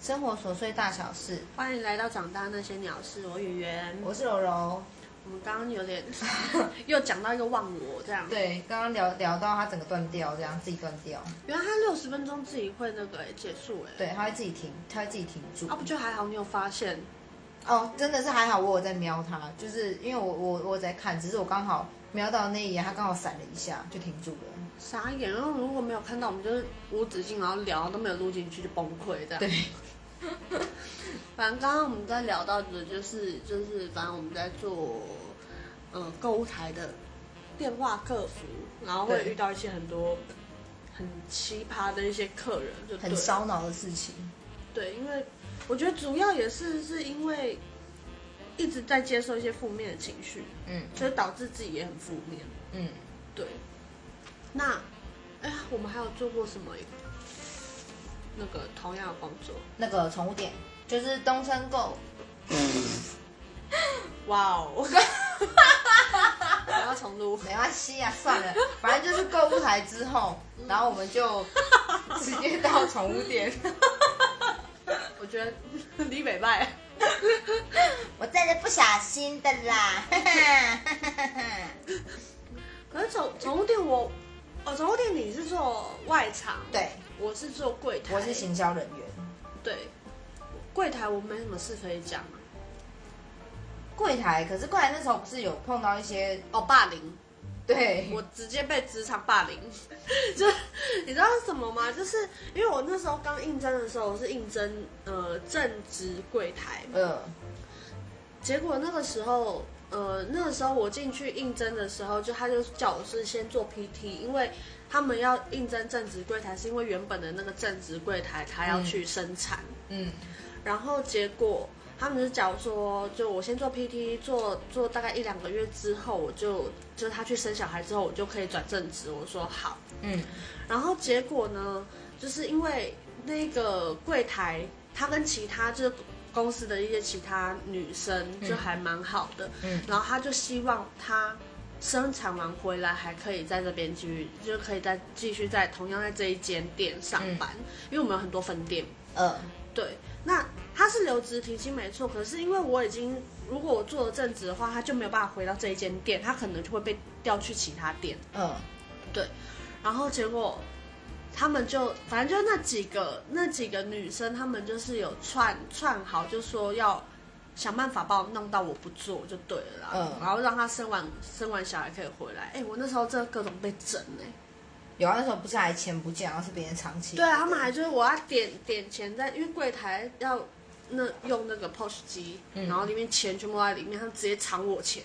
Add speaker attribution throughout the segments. Speaker 1: 生活琐碎大小事。
Speaker 2: 欢迎来到长大那些鸟事，我圆圆。
Speaker 1: 我是柔柔。
Speaker 2: 我们刚刚有点 又讲到一个忘我这样，
Speaker 1: 对，刚刚聊聊到他整个断掉，这样自己断掉。
Speaker 2: 原来他六十分钟自己会那个、欸、结束哎、欸。
Speaker 1: 对，他会自己停，他会自己停住
Speaker 2: 啊，。不就还好？你有发现？
Speaker 1: 哦，真的是还好，我有在瞄他，就是因为我我我有在看，只是我刚好瞄到那一眼，他刚好闪了一下就停住了。
Speaker 2: 傻眼，然后如果没有看到，我们就是无止境，然后聊都没有录进去，就崩溃这样。
Speaker 1: 对，
Speaker 2: 反正刚刚我们在聊到的，就是就是，反正我们在做，呃，购物台的电话客服，然后会
Speaker 1: 对
Speaker 2: 遇到一些很多很奇葩的一些客人，就对
Speaker 1: 很
Speaker 2: 了
Speaker 1: 烧脑的事情。
Speaker 2: 对，因为我觉得主要也是是因为一直在接受一些负面的情绪，
Speaker 1: 嗯
Speaker 2: 所以导致自己也很负面。
Speaker 1: 嗯，
Speaker 2: 对，那哎呀，我们还有做过什么那个同样的工作？
Speaker 1: 那个宠物店就是东森购，
Speaker 2: 哇哦！ 我要重录。
Speaker 1: 没关系啊，算了， 反正就是购物台之后，然后我们就直接到宠物店。
Speaker 2: 我觉得李北拜，
Speaker 1: 我真的不小心的啦，
Speaker 2: 可是宠宠物店我，哦，宠物店你是做外场，
Speaker 1: 对，
Speaker 2: 我是做柜台，
Speaker 1: 我是行销人员，
Speaker 2: 对，柜台我没什么事可以讲啊。
Speaker 1: 柜台，可是柜台那时候不是有碰到一些，
Speaker 2: 哦，霸凌，
Speaker 1: 对，
Speaker 2: 我直接被职场霸凌，就是你知道是什么吗？就是因为我那时候刚应征的时候，我是应征呃正职柜台，
Speaker 1: 呃，
Speaker 2: 结果那个时候，呃，那个时候我进去应征的时候，就他就叫我是先做 PT，因为他们要应征正职柜台，是因为原本的那个正职柜台他要去生产，
Speaker 1: 嗯，
Speaker 2: 然后结果他们就讲说，就我先做 PT，做做大概一两个月之后，我就就是他去生小孩之后，我就可以转正职。我说好，
Speaker 1: 嗯，
Speaker 2: 然后结果呢，就是因为那个柜台，她跟其他就是公司的一些其他女生就还蛮好的，
Speaker 1: 嗯，
Speaker 2: 然后她就希望她生产完回来还可以在这边继续，就是可以再继续在同样在这一间店上班，因为我们有很多分店，
Speaker 1: 呃，
Speaker 2: 对，那她是留职停薪没错，可是因为我已经如果我做了正职的话，她就没有办法回到这一间店，她可能就会被调去其他店。
Speaker 1: 呃，
Speaker 2: 然后结果他们就反正就那几个那几个女生，她们就是有串串好，就说要想办法把我弄到我不做就对了啦，
Speaker 1: 嗯
Speaker 2: 然后让她生完生完小孩可以回来。哎，我那时候真的各种被整哎、
Speaker 1: 有啊，那时候不是还钱不见，然后是别人藏起，
Speaker 2: 对啊，他们还就是我要点点钱在，因为柜台要那用那个 POS 机，然后里面钱全部都在里面，他们直接藏我钱，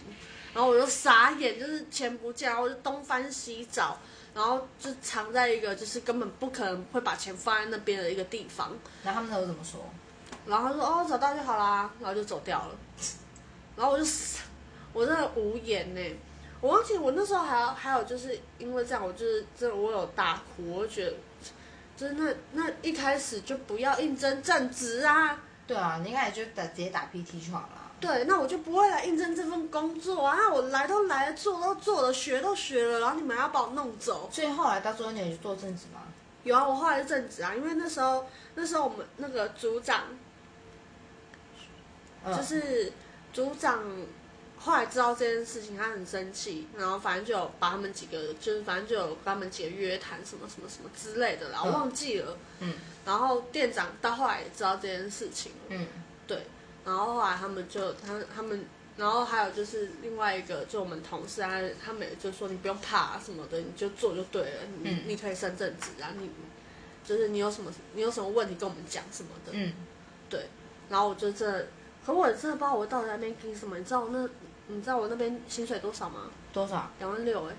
Speaker 2: 然后我就傻眼，就是钱不见，然后我就东翻西找，然后就藏在一个就是根本不可能会把钱放在那边的一个地方，
Speaker 1: 然后他们那时候怎么说？
Speaker 2: 然后他说哦找到就好啦，然后就走掉了，然后我就傻我真的无言呢、我忘记我那时候还有还有就是因为这样，我就是真的我有大哭，我就觉得真的那一开始就不要应征正职啊，
Speaker 1: 对啊，你应该也就打直接打 PT 就好了。
Speaker 2: 对，那我就不会来应征这份工作啊，我来都来了，做都做了，学都学了，然后你们还要把我弄走。
Speaker 1: 所以后来到最后你有去做正职吗？
Speaker 2: 有啊，我后来是正职啊，因为那时候那时候我们那个组长
Speaker 1: 嗯
Speaker 2: 就是组长后来知道这件事情，他很生气，然后反正就有把他们几个，就是反正就有跟他们几个约谈什么什么什么之类的啦，
Speaker 1: 嗯
Speaker 2: 我忘记了。
Speaker 1: 嗯
Speaker 2: 然后店长到后来也知道这件事情了，
Speaker 1: 嗯
Speaker 2: 对，然后后来他们就他他们。然后还有就是另外一个，就我们同事啊，他们也就说你不用怕、啊什么的，你就做就对了，你、
Speaker 1: 嗯
Speaker 2: 你可以升正职啊，你就是你有什么你有什么问题跟我们讲什么的，
Speaker 1: 嗯，
Speaker 2: 然后我就真的，可我真的不知道我到底在那边听什么。你知道我那，你知道我那边薪水多少吗？
Speaker 1: 多少？
Speaker 2: 两万六哎，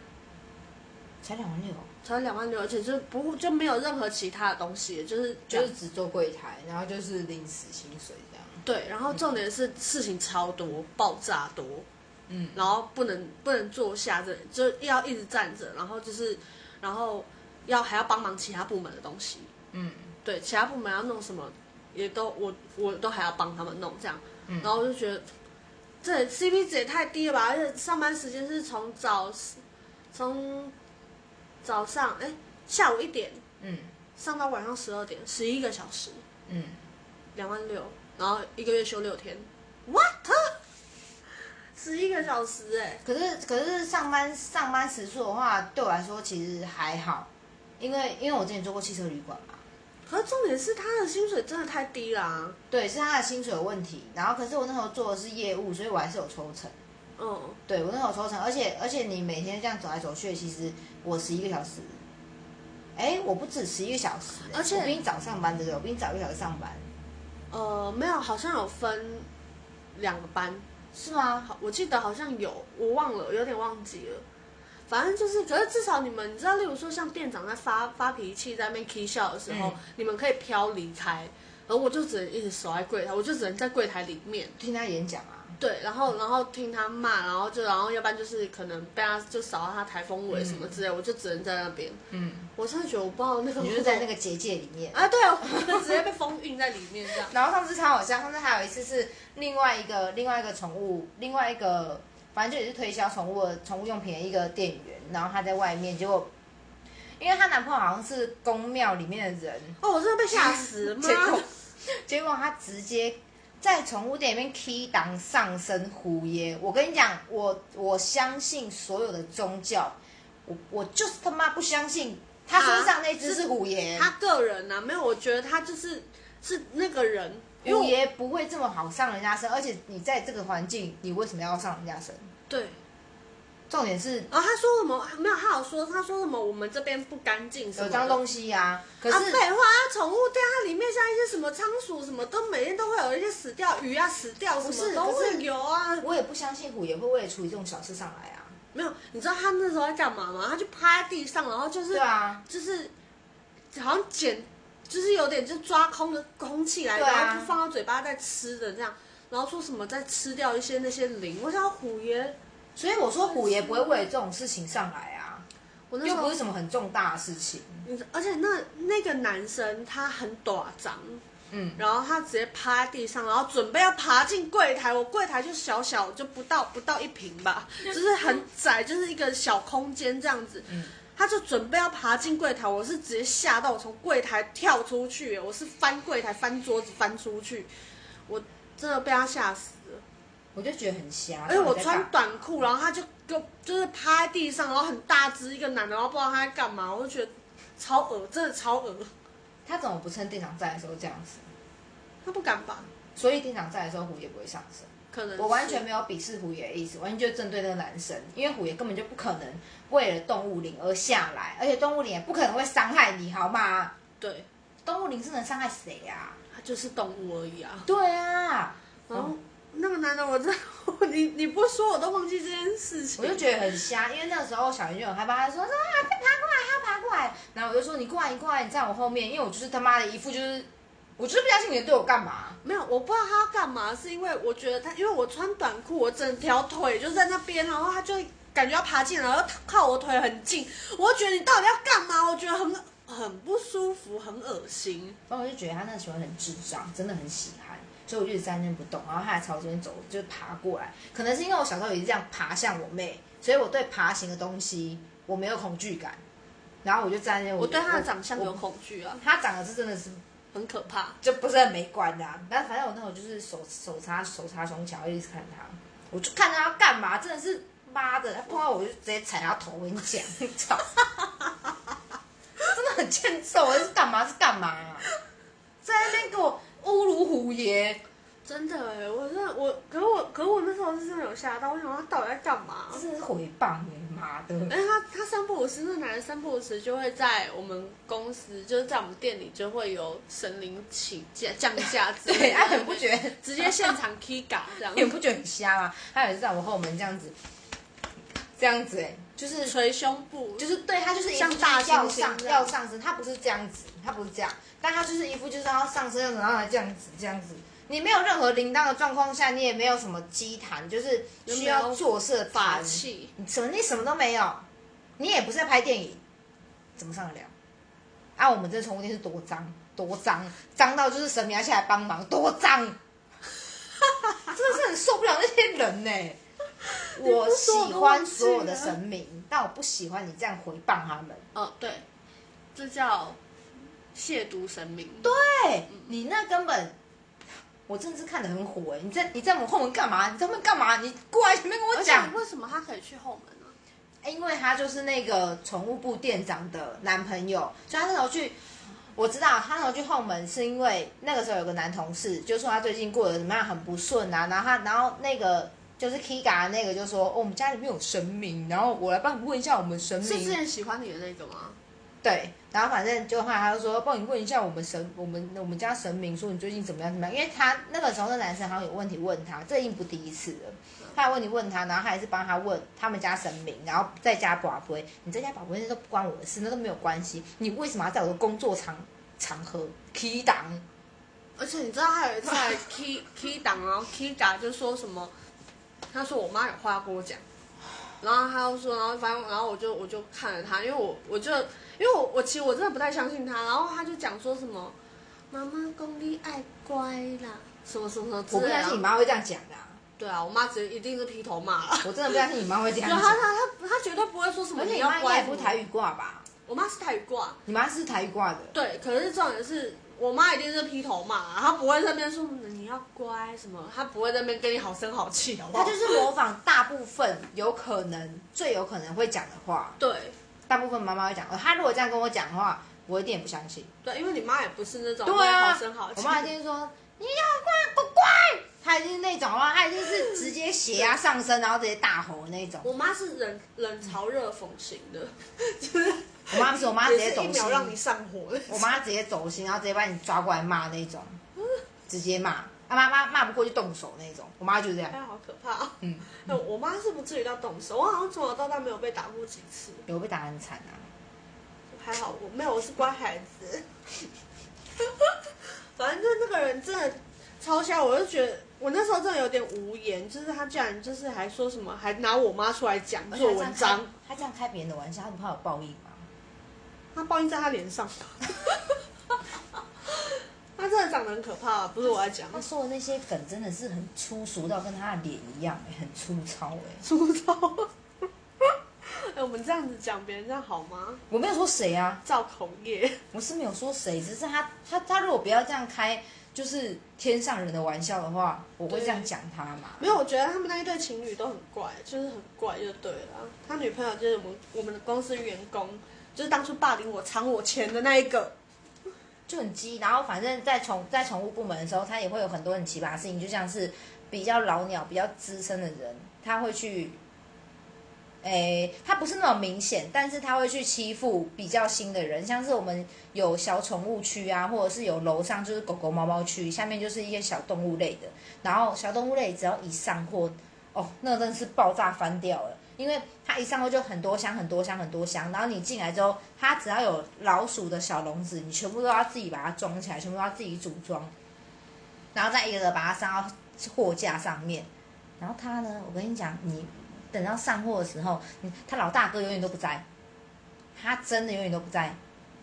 Speaker 1: 才两万六，
Speaker 2: 才两万六，而且就不就没有任何其他的东西，就是
Speaker 1: 就
Speaker 2: 就是
Speaker 1: 是只做柜台，然后就是临时薪水这样。
Speaker 2: 对。然后重点是事情超多，爆炸多，
Speaker 1: 嗯，
Speaker 2: 然后不能不能坐下，这就要一直站着，然后就是然后要还要帮忙其他部门的东西，
Speaker 1: 嗯
Speaker 2: 对，其他部门要弄什么也都我我都还要帮他们弄这样。
Speaker 1: 嗯
Speaker 2: 然后我就觉得这 CP 值也太低了吧！而且上班时间是从早从早上哎下午一点
Speaker 1: 嗯
Speaker 2: 上到晚上十二点，十一个小时。
Speaker 1: 嗯，
Speaker 2: 两万六，然后一个月休六天
Speaker 1: ，what？
Speaker 2: 十一个小时哎、
Speaker 1: 可是可是上班上班时数的话，对我来说其实还好，因为因为我之前做过汽车旅馆嘛，
Speaker 2: 可是重点是他的薪水真的太低啦、啊
Speaker 1: 对，是他的薪水有问题。然后可是我那时候做的是业务，所以我还是有抽成。
Speaker 2: 嗯，
Speaker 1: 对我那时候有抽成，而且而且你每天这样走来走去，其实我十一个小时，哎，我不止十一个小时欸，
Speaker 2: 而且
Speaker 1: 我比你早上班对不对？我比你早一个小时上班，
Speaker 2: 呃，没有，好像有分两个班，
Speaker 1: 是吗？
Speaker 2: 好，我记得好像有，我忘了，有点忘记了。反正就是，可是至少你们，你知道，例如说像店长在发发脾气，在那边 k 笑的时候，
Speaker 1: 嗯
Speaker 2: 你们可以飘离开，而我就只能一直守在柜台，我就只能在柜台里面。
Speaker 1: 听他演讲啊，
Speaker 2: 对，然后然后听他骂，然后就然后要不然就是可能被他就扫到他台风尾什么之类，我就只能在那边。
Speaker 1: 嗯，
Speaker 2: 我真的觉得我不知道那个
Speaker 1: 你就是在那个结界里面。
Speaker 2: 啊，对哦，我就直接被封印在里面这样。
Speaker 1: 然后上次超好笑，上次还有一次是另外一个另外一个宠物，另外一个反正就也是推销宠物的宠物用品的一个店员，然后她在外面，结果因为她男朋友好像是宫庙里面的人，
Speaker 2: 哦，我真的被吓死 了，妈
Speaker 1: 结果
Speaker 2: 的！
Speaker 1: 结果她直接在宠物店里面 key 档上身胡耶，我跟你讲，我我相信所有的宗教，我我就是他妈不相信他身上那只是虎爷，
Speaker 2: 他个人呐、啊，没有，我觉得他就是是那个人，因为
Speaker 1: 虎
Speaker 2: 我
Speaker 1: 爷不会这么好上人家身，而且你在这个环境，你为什么要上人家身？
Speaker 2: 对。
Speaker 1: 重点是
Speaker 2: 然后他说什么？没有，他有说，他说什么？我们这边不干净什么
Speaker 1: 有
Speaker 2: 的。
Speaker 1: 脏东西呀、可
Speaker 2: 啊，
Speaker 1: 是、
Speaker 2: 废话，宠物店它里面像一些什么仓鼠什么，都每天都会有一些死掉鱼啊、死掉什
Speaker 1: 不是
Speaker 2: 么都
Speaker 1: 可是
Speaker 2: 会有啊。
Speaker 1: 我也不相信虎爷会为了处理这种小事上来啊。
Speaker 2: 没有，你知道他那时候在干嘛吗？他就趴在地上，然后就是
Speaker 1: 对啊，
Speaker 2: 就是好像捡，就是有点就抓空的空气来，
Speaker 1: 对啊
Speaker 2: 然后就放到嘴巴再吃的这样，然后说什么再吃掉一些那些灵。我想虎爷，
Speaker 1: 所以我说虎爷不会为了这种事情上来啊，
Speaker 2: 我那时
Speaker 1: 又不
Speaker 2: 候
Speaker 1: 是，什么很重大的事情。
Speaker 2: 你知而且那那个男生他很短张，
Speaker 1: 嗯，
Speaker 2: 然后他直接趴在地上，然后准备要爬进柜台。我柜台就小小，就不到不到一平吧，就是嗯很窄，就是一个小空间这样子。
Speaker 1: 嗯
Speaker 2: 他就准备要爬进柜台，我是直接吓到，我从柜台跳出去，我是翻柜台、翻桌子、翻出去，我真的被他吓死了。
Speaker 1: 我就觉得很瞎。
Speaker 2: 而且哎我
Speaker 1: 到底在干
Speaker 2: 穿
Speaker 1: 嘛
Speaker 2: 短裤，然后他就给我就是趴在地上，然后很大只一个男的，然后不知道他在干嘛，我就觉得超恶，真的超恶。
Speaker 1: 他怎么不趁店长在的时候这样子？
Speaker 2: 他不敢吧？
Speaker 1: 所以店长在的时候虎爷不会上身。
Speaker 2: 可能
Speaker 1: 我完全
Speaker 2: 是
Speaker 1: 没有鄙视虎爷的意思，完全就针对那个男生，因为虎爷根本就不可能为了动物灵而下来，而且动物灵也不可能会伤害你，好吗？
Speaker 2: 对，
Speaker 1: 动物灵是能伤害谁啊？
Speaker 2: 他就是动物而已啊。
Speaker 1: 对啊，
Speaker 2: 然后哦那个男的，我真 的你你不说我都忘记这件事情。
Speaker 1: 我就觉得很瞎，因为那时候小云就很害怕，她说说啊，快爬过来，他爬过来，然后我就说你过来，你过来，你站我后面，因为我就是他妈的一副就是，我就是不相信你对我干嘛，
Speaker 2: 没有，我不知道他要干嘛，是因为我觉得他，因为我穿短裤，我整条腿就在那边，然后他就感觉要爬进来，然后靠我腿很近，我就觉得你到底要干嘛？我觉得很很不舒服，很恶心。
Speaker 1: 然后我就觉得他那个行为很智障，真的很喜憨，所以我就一直站那不动，然后他还朝我这边走，就爬过来，可能是因为我小时候也是这样爬向我妹，所以我对爬行的东西我没有恐惧感，然后我就站在那边，
Speaker 2: 我对他的长相有
Speaker 1: 我，
Speaker 2: 恐惧啊，
Speaker 1: 他长得是真的是
Speaker 2: 很可怕。
Speaker 1: 就不是很美观的、啊。但反正我那会儿就是手手插手插胸腔，我一直看他，我就看他要干嘛，真的是妈的，他碰到我就直接踩他头，我跟你讲，操，真的很欠揍，这是干嘛是干嘛、啊在那边给我侮辱虎爷，
Speaker 2: 真的哎、我真的我，可是我可是我那时候是真的有吓到，我想他到底在干嘛？
Speaker 1: 真的是毁谤哎，妈的！
Speaker 2: 哎，他他三不五时，那男人三不五时就会在我们公司，就是在我们店里就会有神灵起价降价之 类的，
Speaker 1: 对，他很不觉得，
Speaker 2: 直接现场 k 嘎这样，
Speaker 1: 你不觉得很瞎吗？他也是在我后门这样子，这样子哎、就是
Speaker 2: 捶胸部，
Speaker 1: 就是对他就是一副
Speaker 2: 像大猩猩
Speaker 1: 要上
Speaker 2: 这样
Speaker 1: 要上身，他不是这样子，他不是这样，但他就是一副就是要上身，然后来这样子这样子。你没有任何铃铛的状况下，你也没有什么基坛，就是需要做事的
Speaker 2: 法
Speaker 1: 法器，
Speaker 2: 器，
Speaker 1: 什么你什么都没有，你也不是在拍电影，怎么上得了？啊，我们这宠物店是多脏多脏，脏到就是神明要下来帮忙，多脏， 真的是很受不了那些人呢、
Speaker 2: 你
Speaker 1: 我
Speaker 2: 不
Speaker 1: 喜
Speaker 2: 说我都
Speaker 1: 欢
Speaker 2: 忘记
Speaker 1: 所有的
Speaker 2: 了
Speaker 1: 神明，但我不喜欢你这样回谤他们。
Speaker 2: 哦对，这叫亵渎神明，
Speaker 1: 哎对你那根本我真的是看得很火哎、你在你在我们后门干嘛？你在后面干嘛？你过来前面跟我
Speaker 2: 而
Speaker 1: 讲
Speaker 2: 且。为什么他可以去后门呢、
Speaker 1: 因为他就是那个宠物部店长的男朋友，所以他那时候去，我知道他那时候去后门是因为那个时候有个男同事就说他最近过得怎么样很不顺啊，然后他然后那个就是 Kiga 那个就说、哦、我们家里面有神明，然后我来帮你问一下我们神
Speaker 2: 是之
Speaker 1: 明，
Speaker 2: 前喜欢你的那个吗？
Speaker 1: 对，然后反正就后来他就说帮你问一下我们神我们我们家神明说你最近怎么样怎么样，因为他那个时候那男生好像有问题问他，这已经不第一次了。他问你问他，然后他还是帮他问他们家神明，然后再加宝贝。你在家宝贝那都不关我的事，那都没有关系。你为什么要在我的工作场场合 key 档？
Speaker 2: 而且你知道还有一次还 key key 档，然后 key 打就说什么，他说我妈有话要跟我讲，然后他又说，然后反正然后我就我就看了他，因为我我就因为我我其实我真的不太相信他，然后他就讲说什么妈妈功力爱乖啦，什么什么什么之
Speaker 1: 我不
Speaker 2: 类的
Speaker 1: 相信你妈会这样讲啊！
Speaker 2: 对啊，我妈直接一定是劈头骂了。
Speaker 1: 我真的不相信你妈会这
Speaker 2: 对
Speaker 1: 样
Speaker 2: 他
Speaker 1: 讲。
Speaker 2: 他他他绝对不会说什么
Speaker 1: 而且
Speaker 2: 你
Speaker 1: 你
Speaker 2: 要
Speaker 1: 妈应该
Speaker 2: 乖
Speaker 1: 也不是台
Speaker 2: 语，
Speaker 1: 语挂吧？
Speaker 2: 我妈是台语挂，
Speaker 1: 你妈是台语挂的。
Speaker 2: 对，可是重点是我妈一定是劈头骂啊，她不会在那边说你要乖什么，她不会在那边跟你好声好气，好不好？
Speaker 1: 她就是模仿大部分有可能最有可能会讲的话，
Speaker 2: 对
Speaker 1: 大部分妈妈会讲。哦她如果这样跟我讲的话，我一点也不相信。
Speaker 2: 对，因为你妈也不是哦那种
Speaker 1: 对啊，
Speaker 2: 好声好气，
Speaker 1: 我妈一定说你要乖不乖，她一定是那种啊，她一定是直接血压上升，然后直接大吼那种。
Speaker 2: 我妈是冷冷嘲热讽型的，就是
Speaker 1: 我妈不是，我妈直
Speaker 2: 也
Speaker 1: 接嗯
Speaker 2: 是一
Speaker 1: 走
Speaker 2: 秒让你
Speaker 1: 心，
Speaker 2: 上火的。
Speaker 1: 我妈直接走心，然后直接把你抓过来骂那种，直接骂，啊骂骂骂不过就动手那种。我妈就这样，
Speaker 2: 哎，好可怕、哦！
Speaker 1: 嗯，
Speaker 2: 哎我妈是不至于到动手，我好像从小到大没有被打过几次，
Speaker 1: 有被打得很惨啊。
Speaker 2: 还好我没有，我是乖孩子。 反正就那个人真的超瞎，我就觉得我那时候真的有点无言，就是他居然就是还说什么，还拿我妈出来讲做文章，
Speaker 1: 她这样开别人的玩笑，她不怕有报应吗？
Speaker 2: 他报应在他脸上。 他真的长得很可怕，不是我在讲，
Speaker 1: 她说的那些梗真的是很粗俗到跟她的脸一样、欸，很粗糙哎、欸
Speaker 2: 粗糙。 哎，我们这样子讲别人这样好吗？
Speaker 1: 我没有说谁啊，
Speaker 2: 造口业，
Speaker 1: 我是没有说谁，只是他他他如果不要这样开就是天上人的玩笑的话，我会这样讲他嘛。
Speaker 2: 没有，我觉得他们那一对情侣都很怪，就是很怪就对了啊。他女朋友就是我们我们的公司员工，就是当初霸凌我、藏我钱的那一个。
Speaker 1: 就很鸡。然后反正在宠在宠物部门的时候，他也会有很多很奇葩的事情，就像是比较老鸟、比较资深的人，他会去，诶，他不是那种明显，但是他会去欺负比较新的人，像是我们有小宠物区啊，或者是有楼上就是狗狗、猫猫区，下面就是一些小动物类的。然后小动物类只要一上货，哦，那个真的是爆炸翻掉了。因为它一上货就很多箱、很多箱、很多箱，然后你进来之后，它只要有老鼠的小笼子，你全部都要自己把它装起来，全部都要自己组装，然后再一个个把它上到货架上面。然后它呢，我跟你讲，你等到上货的时候，你它老大哥永远都不在，它真的永远都不在。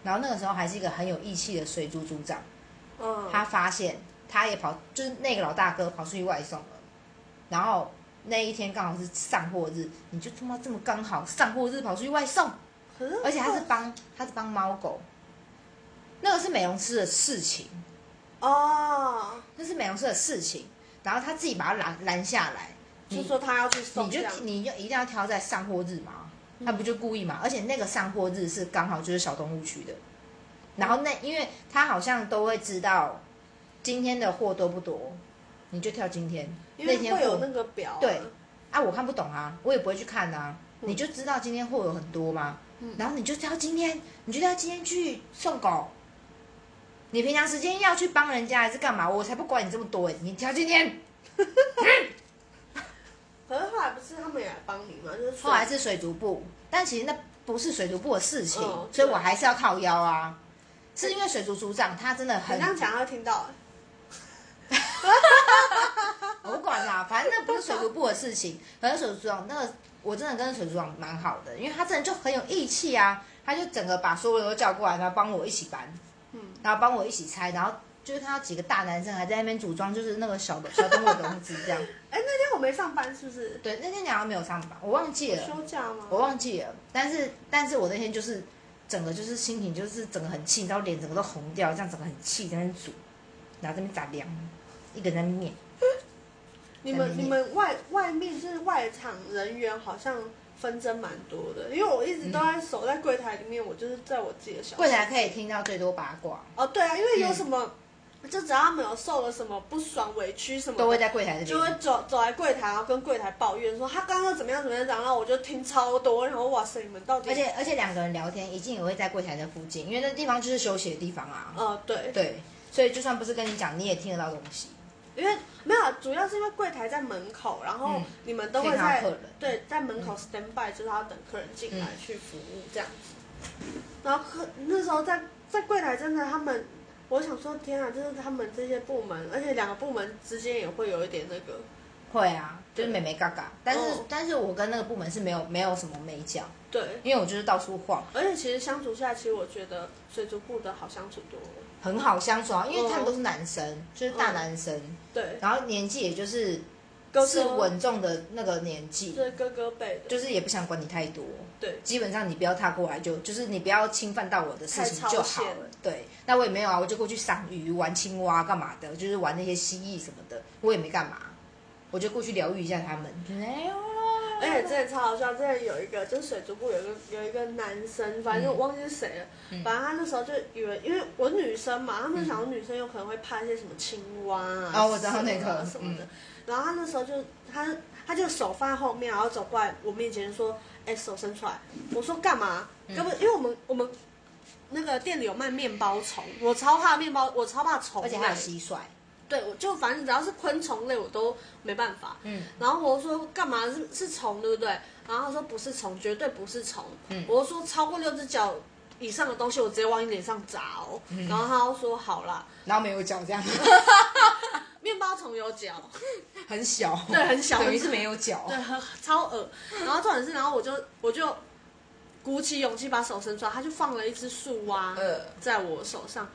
Speaker 1: 然后那个时候还是一个很有义气的水族组长。
Speaker 2: 嗯，
Speaker 1: 他发现他也跑，就是那个老大哥跑出去外送了，然后那一天刚好是上货日，你就他妈这么刚好上货日跑出去外送，
Speaker 2: 可是
Speaker 1: 而且他是帮他是帮猫狗，那个是美容师的事情，
Speaker 2: 哦，
Speaker 1: 那是美容师的事情，然后他自己把他拦拦下来，
Speaker 2: 就
Speaker 1: 你
Speaker 2: 说他要去送
Speaker 1: 你
Speaker 2: 这
Speaker 1: 就
Speaker 2: 样，
Speaker 1: 你就一定要挑在上货日嘛，
Speaker 2: 嗯
Speaker 1: 他不就故意嘛？而且那个上货日是刚好就是小动物区的，然后那因为他好像都会知道今天的货多不多，你就挑今天
Speaker 2: 因为
Speaker 1: 那天
Speaker 2: 会有那
Speaker 1: 货
Speaker 2: 个表、啊。
Speaker 1: 对啊，我看不懂啊，我也不会去看啊，
Speaker 2: 嗯
Speaker 1: 你就知道今天货有很多嘛，然后你就挑今天，你就挑今天去送狗。你平常时间要去帮人家还是干嘛？我才不管你这么多哎、你挑今天。
Speaker 2: 可是后来不是他们也来帮你吗？就是说
Speaker 1: 后
Speaker 2: 啊
Speaker 1: 来是水族部，但其实那不是水族部的事情，
Speaker 2: 嗯
Speaker 1: 所以我还是要靠腰啊。是因为水族组长他真的
Speaker 2: 你
Speaker 1: 很
Speaker 2: 这，样讲，他会听到。
Speaker 1: 我不管啦、反正那不是水族部的事 情。可是水族组长那个，我真的跟水族组长蛮好的，因为他真的就很有义气啊，他就整个把所有人都叫过来，然后帮我一起搬，
Speaker 2: 嗯，
Speaker 1: 然后帮我一起拆，然后就是看到几个大男生还在那边组装，就是那个小的小动物的笼子这 样。
Speaker 2: 哎，那天我没上班，是不是？
Speaker 1: 对，那天你好像没有上班，我忘记了。
Speaker 2: 休假吗？
Speaker 1: 我忘记了，但是但是我那天就是整个就是心情就是整个很气，然后脸整个都红掉，这样整个很气在那边煮，然后这边咋凉，一个人在面，
Speaker 2: 你
Speaker 1: 在
Speaker 2: 们
Speaker 1: 里面
Speaker 2: 你们外外面就是外场人员好像纷争蛮多的，因为我一直都在守在柜台里面，我就是在我自己的小
Speaker 1: 柜台可以听到最多八卦，
Speaker 2: 哦，对啊，因为有什么，
Speaker 1: 嗯
Speaker 2: 就只要他们有受了什么不爽、委屈什么的，
Speaker 1: 都会在柜台这
Speaker 2: 就会
Speaker 1: 边。
Speaker 2: 走走来柜台，然后跟柜台抱怨说他刚刚怎么样怎么样，然后我就听超多，然后哇塞，你们到底
Speaker 1: 而且而且两个人聊天，一定也会在柜台的附近，因为那地方就是休息的地方啊。
Speaker 2: 呃对，
Speaker 1: 对，所以就算不是跟你讲，你也听得到东西。
Speaker 2: 因为没有，啊主要是因为柜台在门口，然后
Speaker 1: 嗯
Speaker 2: 你们都会
Speaker 1: 可以看
Speaker 2: 在
Speaker 1: 到客人
Speaker 2: 对在门口 stand by，就是要等客人进来
Speaker 1: 嗯
Speaker 2: 去服务这样子。然后客那时候在在柜台真的他们，我想说天啊，就是他们这些部门，而且两个部门之间也会有一点那个，
Speaker 1: 会啊，就是美眉嘎嘎，但是、
Speaker 2: 哦
Speaker 1: 但是我跟那个部门是没有没有什么美角，
Speaker 2: 对，
Speaker 1: 因为我就是到处晃，
Speaker 2: 而且其实相处下来，其实我觉得水族部的好相处多了。
Speaker 1: 很好相处啊，因为
Speaker 2: 嗯
Speaker 1: 他们都是男生，就是大男生，
Speaker 2: 对，
Speaker 1: 然后年纪也就是
Speaker 2: 哥
Speaker 1: 是
Speaker 2: 哥
Speaker 1: 稳重的那个年纪，
Speaker 2: 对哥哥辈的，
Speaker 1: 就是也不想管你太多，
Speaker 2: 对
Speaker 1: 基本上你不要踏过来就就是你不要侵犯到我的事情
Speaker 2: 太超
Speaker 1: 就好
Speaker 2: 前
Speaker 1: 了。对，那我也没有啊，我就过去赏鱼、玩青蛙干嘛的，就是玩那些蜥蜴什么的，我也没干嘛，我就过去疗愈一下他们。哎呦
Speaker 2: 而且之前超好笑，之前有一个就是水族部有一个有一个男生，
Speaker 1: 嗯
Speaker 2: 反正我忘记是谁了，反正他那时候就以为，因为我女生嘛，他们想说女生有可能会怕一些什么青蛙啊，
Speaker 1: 嗯哦我知道那个
Speaker 2: 蛇啊什么的，然后他那时候就他他就手放在后面，然后走过来我面前说，哎、手伸出来，我说干嘛？
Speaker 1: 嗯
Speaker 2: 要不因为我们我们。那个店里有卖面包虫，我超怕面包，我超怕虫类，
Speaker 1: 而且还有蟋蟀，
Speaker 2: 对，我就反正只要是昆虫类我都没办法。
Speaker 1: 嗯，
Speaker 2: 然后我说干嘛是是虫对不对？然后他说不是虫，绝对不是虫。
Speaker 1: 嗯
Speaker 2: 我说超过六只脚以上的东西，我直接往你脸上砸哦。
Speaker 1: 嗯
Speaker 2: 然后他就说好啦，
Speaker 1: 然后没有脚这样，
Speaker 2: 面包虫有脚，
Speaker 1: 很小，
Speaker 2: 对很小
Speaker 1: 等于是没有脚
Speaker 2: 对。，超恶。然后重点是，然后我就我就鼓起勇气把手伸出来，他就放了一只树蛙
Speaker 1: 呃
Speaker 2: 在我手上，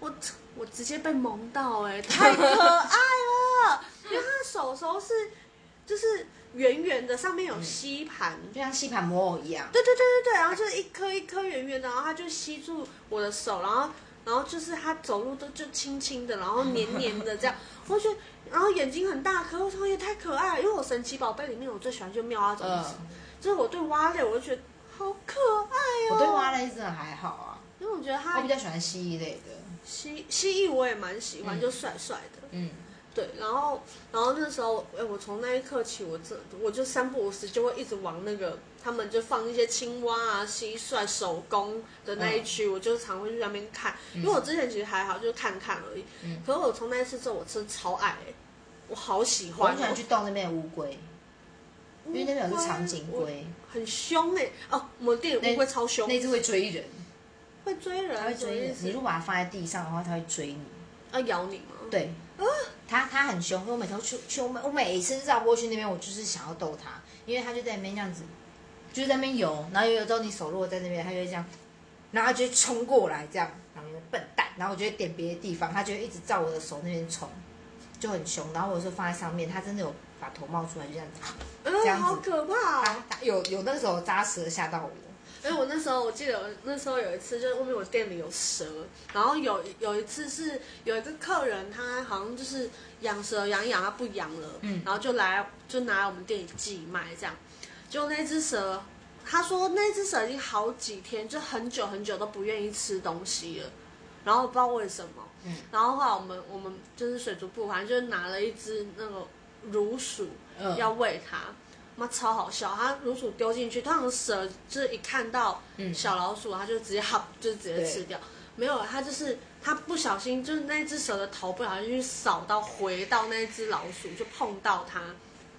Speaker 2: 我我直接被萌到哎、 太可爱了，因为他的手手是就是圆圆的，上面有吸盘。
Speaker 1: 就像吸盘木偶一样。
Speaker 2: 对对对对对，然后就是一颗一颗圆圆的，然后它就吸住我的手，然后然后就是它走路都就轻轻的，然后黏黏的这样， 我觉得，然后眼睛很大颗，我说也太可爱了，因为我神奇宝贝里面我最喜欢就妙蛙种
Speaker 1: 嗯
Speaker 2: 子，，就是我对蛙类我就觉得好可爱哦，
Speaker 1: 我对蛙，类真的还好啊，
Speaker 2: 因为我觉得
Speaker 1: 我
Speaker 2: 它
Speaker 1: 比较喜欢蜥蜴类的。
Speaker 2: 蜥蜥蜴我也蛮喜欢，
Speaker 1: 嗯
Speaker 2: 就帅帅的。
Speaker 1: 嗯，
Speaker 2: 对，然后，然后那时候，哎，我从那一刻起，我这我就三不五时就会一直往那个他们就放一些青蛙啊、蟋蟀、手工的那
Speaker 1: 嗯
Speaker 2: 一区，我就常会去那边看。因为我之前其实还好，就是看看而已。
Speaker 1: 嗯
Speaker 2: 可是我从那一次之后，我真的超爱、欸，我好喜
Speaker 1: 我
Speaker 2: 欢、哦
Speaker 1: 很喜欢去动那边的乌龟，因为那边有只长颈
Speaker 2: 乌
Speaker 1: 龟，
Speaker 2: 我，很凶哎、哦，我们店里乌龟超凶，
Speaker 1: 那只会追人，
Speaker 2: 会追人，
Speaker 1: 它会追人。
Speaker 2: 什么
Speaker 1: 你
Speaker 2: 意
Speaker 1: 如
Speaker 2: 思
Speaker 1: 果把它放在地上的话，它会追你。
Speaker 2: 要咬你吗？
Speaker 1: 对，它它很凶，所以我每次都去去我每我每一次绕过去那边，我就是想要逗它，因为它就在那边这样子，就是在那边游，然后游游之后你手落在那边，它就会这样，然后它就会冲过来这样，然后你就笨蛋，然后我就会点别的地方，它就会一直照我的手那边冲，就很凶。然后我就放在上面，它真的有把头冒出来，就这样子，这
Speaker 2: 嗯，
Speaker 1: 样子啊
Speaker 2: 好可怕、哦。
Speaker 1: 它它有有那时候扎舌吓到我。
Speaker 2: 因为我那时候我记得我那时候有一次，就是外面我店里有蛇，然后有有一次是有一个客人，他好像就是养蛇养一养他不养了，
Speaker 1: 嗯
Speaker 2: 然后就来就拿来我们店里寄卖这样，就那只蛇，他说那只蛇已经好几天，就很久很久都不愿意吃东西了，然后不知道为什么，
Speaker 1: 嗯
Speaker 2: 然后后来我们我们就是水族部，反正就是拿了一只那个乳鼠，
Speaker 1: 嗯
Speaker 2: 要喂它，妈超好笑。它乳鼠丢进去，通常蛇就是一看到
Speaker 1: 嗯
Speaker 2: 小老鼠，它就直接 哈，就直接
Speaker 1: 对
Speaker 2: 吃掉。没有，它就是它不小心，就是那只蛇的头不小心去扫到，回到那只老鼠，就碰到它，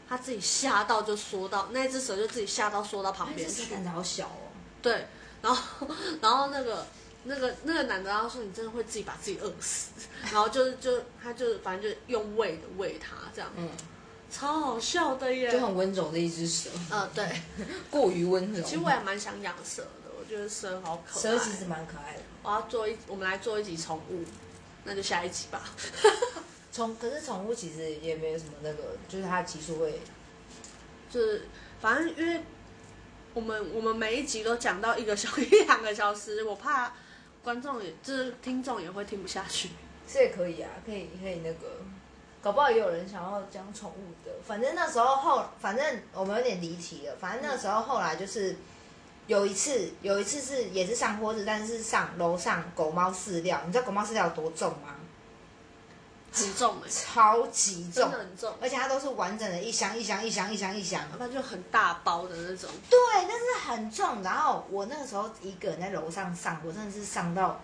Speaker 2: 它自己吓到就缩到，那只蛇就自己吓到缩到旁边去。
Speaker 1: 胆子好小哦。
Speaker 2: 对，然后 然后那个那个那个男的他说你真的会自己把自己饿死，然后就是就他就反正就用喂的喂它这样，
Speaker 1: 嗯，
Speaker 2: 超好笑的耶。
Speaker 1: 就很温柔的一只蛇，
Speaker 2: 呃，对，
Speaker 1: 过于温柔。
Speaker 2: 其实我也蛮想养蛇的，我觉得蛇好可爱。
Speaker 1: 蛇其实蛮可爱的，
Speaker 2: 我要做一，我们来做一集宠物，那就下一集吧。
Speaker 1: 宠可是宠物其实也没有什么那个，就是它的级数会
Speaker 2: 就是反正因为我们我们每一集都讲到一个小一两个小时，我怕观众也就是听众也会听不下去。
Speaker 1: 这也可以啊，可以可以那个搞不好也有人想要讲宠物的。反正那时候后，反正我们有点离题了。反正那时候后来就是有一次， 有一次是也是上坡子，但是上楼上狗猫饲料，你知道狗猫饲料有多重吗？
Speaker 2: 很重哎、
Speaker 1: 超级
Speaker 2: 真
Speaker 1: 重嗯
Speaker 2: 的，很重，
Speaker 1: 而且它都是完整的一箱一箱一箱一箱一箱。
Speaker 2: 那就很大包的那种，
Speaker 1: 对，但是很重。然后我那个时候一个人在楼上上，我真的是上到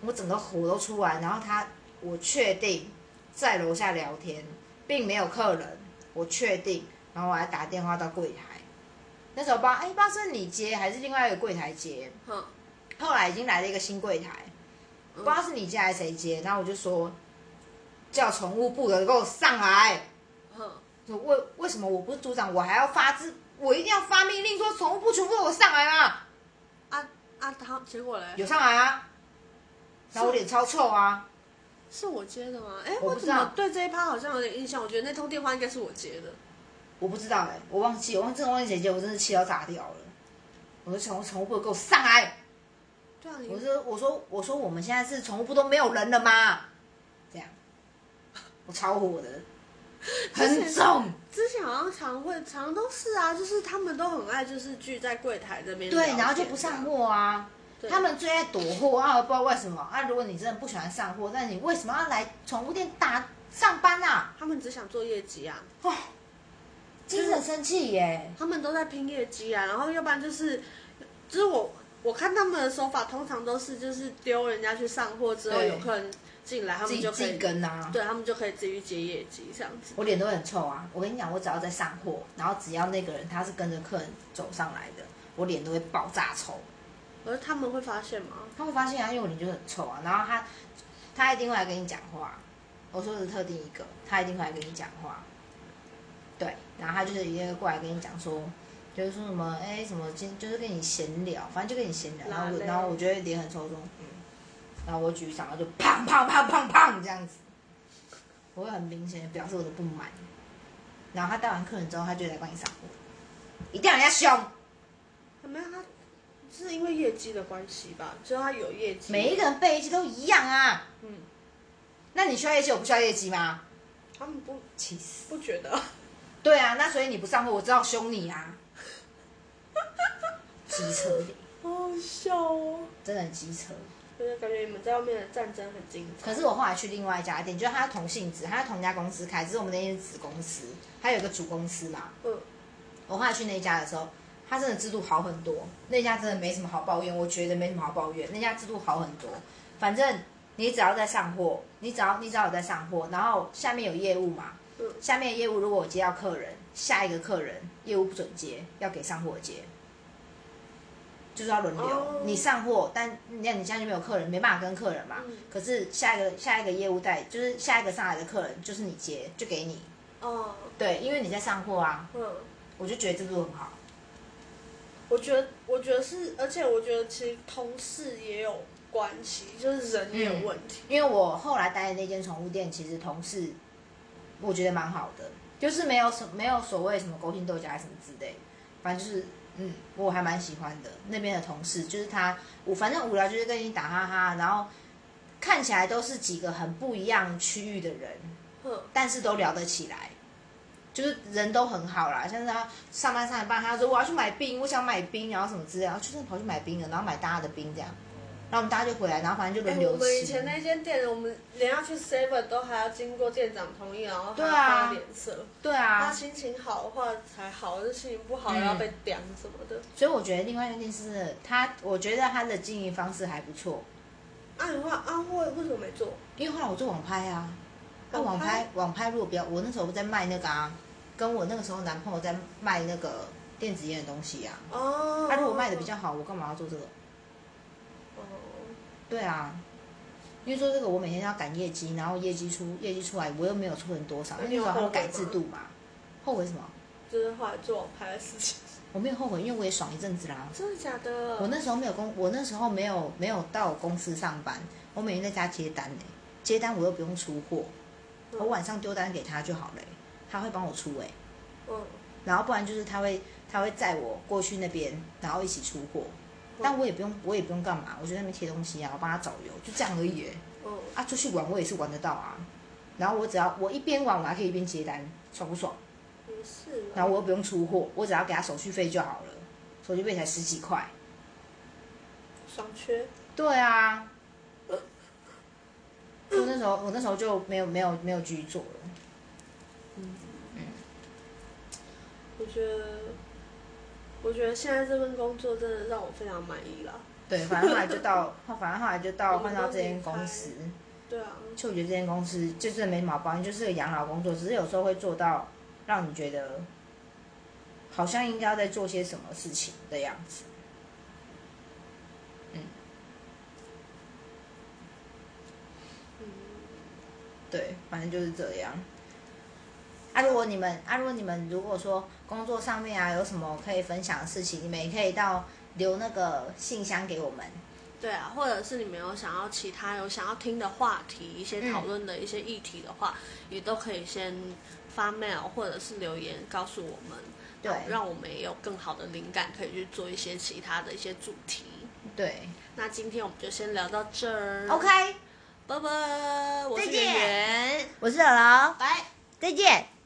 Speaker 1: 我整个火都出来。然后他，我确定在楼下聊天，并没有客人，我确定。然后我还打电话到柜台，那时候不知道，哎，不知道是你接还是另外一个柜台接。
Speaker 2: 哼，
Speaker 1: 后来已经来了一个新柜台，不
Speaker 2: 嗯
Speaker 1: 知道是你接还是谁接。然后我就说，叫宠物部的给我上来。
Speaker 2: 哼，
Speaker 1: 为为什么我不是组长，我还要发自，我一定要发命令说宠物部全部给我上来嘛？
Speaker 2: 啊啊，他结果嘞，
Speaker 1: 有上来啊，然后我脸超臭啊，
Speaker 2: 是我接的吗？哎、
Speaker 1: 我
Speaker 2: 我
Speaker 1: 不知
Speaker 2: 怎
Speaker 1: 道
Speaker 2: 么对这一趴好像有点印象？我觉得那通电话应该是我接的，
Speaker 1: 我不知道哎、我忘记，我忘真的忘记姐姐，我真的气到炸掉了。我说宠物宠物部给我上来，
Speaker 2: 对啊，你
Speaker 1: 我说我说我说我们现在是宠物部都没有人了吗？这样，我超火的，很重，
Speaker 2: 之前好像常会常都是啊，就是他们都很爱就是聚在柜台这边聊
Speaker 1: 对，
Speaker 2: 天啊，
Speaker 1: 然后就不上货啊。
Speaker 2: 对，
Speaker 1: 他们最爱躲货啊，不知道为什么啊。如果你真的不喜欢上货，那你为什么要来宠物店打上班啊？
Speaker 2: 他们只想做业绩啊，
Speaker 1: 哦，精神生气耶！
Speaker 2: 他们都在拼业绩啊，然后要不然就是，就是我我看他们的手法通常都是就是丢人家去上货之后
Speaker 1: 对
Speaker 2: 有客人进来，他
Speaker 1: 自
Speaker 2: 们
Speaker 1: 己
Speaker 2: 就可
Speaker 1: 自己
Speaker 2: 以
Speaker 1: 跟啊。
Speaker 2: 对他们就可以自己去接业绩这样子。
Speaker 1: 我脸都会很臭啊！我跟你讲，我只要在上货，然后只要那个人他是跟着客人走上来的，我脸都会爆炸臭。
Speaker 2: 可是他们会发现吗？
Speaker 1: 他会发现啊，因为我脸就很臭啊，然后他他一定会来跟你讲话。我说的是特定一个，他一定会来跟你讲话。对，然后他就是一定会过来跟你讲说，就是说什么哎什么，今就是跟你闲聊，反正就跟你闲聊。然后我
Speaker 2: 拉勒
Speaker 1: 然后我觉得脸很臭，我说嗯，然后我举手，然后就砰砰砰砰砰这样子，我会很明显的表示我的不满。然后他带完客人之后，他就来帮你上货，一定要人家凶。
Speaker 2: 没有，他是因为业绩的关系吧，只有他有业绩，
Speaker 1: 每一个人背业绩都一样啊。
Speaker 2: 嗯，
Speaker 1: 那你需要业绩，我不需要业绩吗？
Speaker 2: 他们不
Speaker 1: 气死！
Speaker 2: 不觉得。
Speaker 1: 对啊，那所以你不上货，我知道凶你啊。 机车脸，
Speaker 2: 好好笑哦！
Speaker 1: 真的很机车。
Speaker 2: 就是感觉你们在外面的战争很精彩。
Speaker 1: 可是我后来去另外一家店，就是它同性质，它是同一家公司开，只是我们那间是子公司，它有一个主公司嘛。
Speaker 2: 嗯，
Speaker 1: 我后来去那家的时候，它真的制度好很多，那家真的没什么好抱怨，我觉得没什么好抱怨，那家制度好很多。反正你只要在上货，你只要你只要有在上货，然后下面有业务嘛，
Speaker 2: 嗯
Speaker 1: 下面的业务如果我接到客人，下一个客人业务不准接，要给上货接，就是要轮流。
Speaker 2: 哦
Speaker 1: 你上货，但那你现在就没有客人，没办法跟客人嘛。
Speaker 2: 嗯
Speaker 1: 可是下一个下一个业务带，就是下一个上来的客人就是你接，就给你。
Speaker 2: 哦，
Speaker 1: 对，因为你在上货啊，
Speaker 2: 嗯，
Speaker 1: 我就觉得这个很好。
Speaker 2: 我觉得，我觉得是，而且我觉得其实同事也有关系，就是人也有问题。
Speaker 1: 因为我后来待的那间宠物店，其实同事我觉得蛮好的，就是没有什没有所谓什么勾心斗角还是什么之类，反正就是嗯，我还蛮喜欢的那边的同事，就是他我反正无聊就是跟你打哈哈，然后看起来都是几个很不一样区域的人，
Speaker 2: 嗯，
Speaker 1: 但是都聊得起来。就是人都很好啦，像是他上班上一半，他说我要去买冰，我想买冰，然后什么之类的，然后就真的跑去买冰了，然后买大家的冰这样，然后我们大家就回来，然后反正就
Speaker 2: 哎
Speaker 1: 轮流
Speaker 2: 我
Speaker 1: 吃。
Speaker 2: 们以前那间店，我们连要去 Seven 都还要经过店长同意，然后还
Speaker 1: 对
Speaker 2: 要
Speaker 1: 啊
Speaker 2: 发脸色。
Speaker 1: 对
Speaker 2: 他
Speaker 1: 啊，
Speaker 2: 心情好的话才好，就心情不好
Speaker 1: 嗯
Speaker 2: 要被刁什么的。
Speaker 1: 所以我觉得另外一个店是他，我觉得他的经营方式还不错，
Speaker 2: 啊，你话啊，会为什么没做？
Speaker 1: 因为后来我做网拍啊，那网
Speaker 2: 网拍
Speaker 1: 拍网拍如果比较，我那时候在卖那个啊，跟我那个时候男朋友在卖那个电子烟的东西啊，
Speaker 2: 哦，
Speaker 1: 他、如果卖的比较好，我干嘛要做这个？
Speaker 2: 哦，
Speaker 1: 对啊，因为做这个我每天要赶业绩，然后业绩出业绩出来，我又没有出成多少，因
Speaker 2: 那
Speaker 1: 为
Speaker 2: 你有
Speaker 1: 那时候
Speaker 2: 后
Speaker 1: 要
Speaker 2: 悔
Speaker 1: 改
Speaker 2: 吗
Speaker 1: 制度嘛，后悔什么？
Speaker 2: 就是后来做网拍的事情。
Speaker 1: 我没有后悔，因为我也爽一阵子啦。
Speaker 2: 真的假的？
Speaker 1: 我那时候没有公，我那时候没有没有到公司上班，我每天在家接单呢、接单我又不用出货，
Speaker 2: 嗯
Speaker 1: 我晚上丢单给他就好了欸、他会帮我出哎、
Speaker 2: 嗯，
Speaker 1: 然后不然就是他会他会载我过去那边，然后一起出货，但我也不用我也不用干嘛，我就在那边贴东西啊，我帮他找油，就这样而已、欸。
Speaker 2: 嗯
Speaker 1: 啊，出去玩我也是玩得到啊，然后我只要我一边玩，我还可以一边接单，爽不爽？
Speaker 2: 也是啦
Speaker 1: 然后我又不用出货，我只要给他手续费就好了，手续费才十几块。
Speaker 2: 爽缺，
Speaker 1: 对啊，我那时候我那时候就没有没有没有继续做了。
Speaker 2: 我觉得，我觉得现在这份工作真的让我非常满意啦。
Speaker 1: 对，反正后来就到，反正后来就到换到这间公司。
Speaker 2: 对啊，
Speaker 1: 就我觉得这间公司就真的没毛病，就是个养老工作，只是有时候会做到让你觉得好像应该要在做些什么事情的样子。嗯，对，反正就是这样。啊，如果你们啊，如果你们如果说工作上面啊有什么可以分享的事情，你们也可以到留那个信箱给我们。
Speaker 2: 对啊，或者是你们有想要其他有想要听的话题，一些讨论的一些议题的话，也都可以先发 mail 或者是留言告诉我们，
Speaker 1: 对
Speaker 2: 让我们也有更好的灵感，可以去做一些其他的一些主题。
Speaker 1: 对
Speaker 2: 那今天我们就先聊到这儿
Speaker 1: ，OK，
Speaker 2: 拜拜，我是
Speaker 1: 再见
Speaker 2: 圆圆，
Speaker 1: 我是姥姥，
Speaker 2: 拜。
Speaker 1: 再见。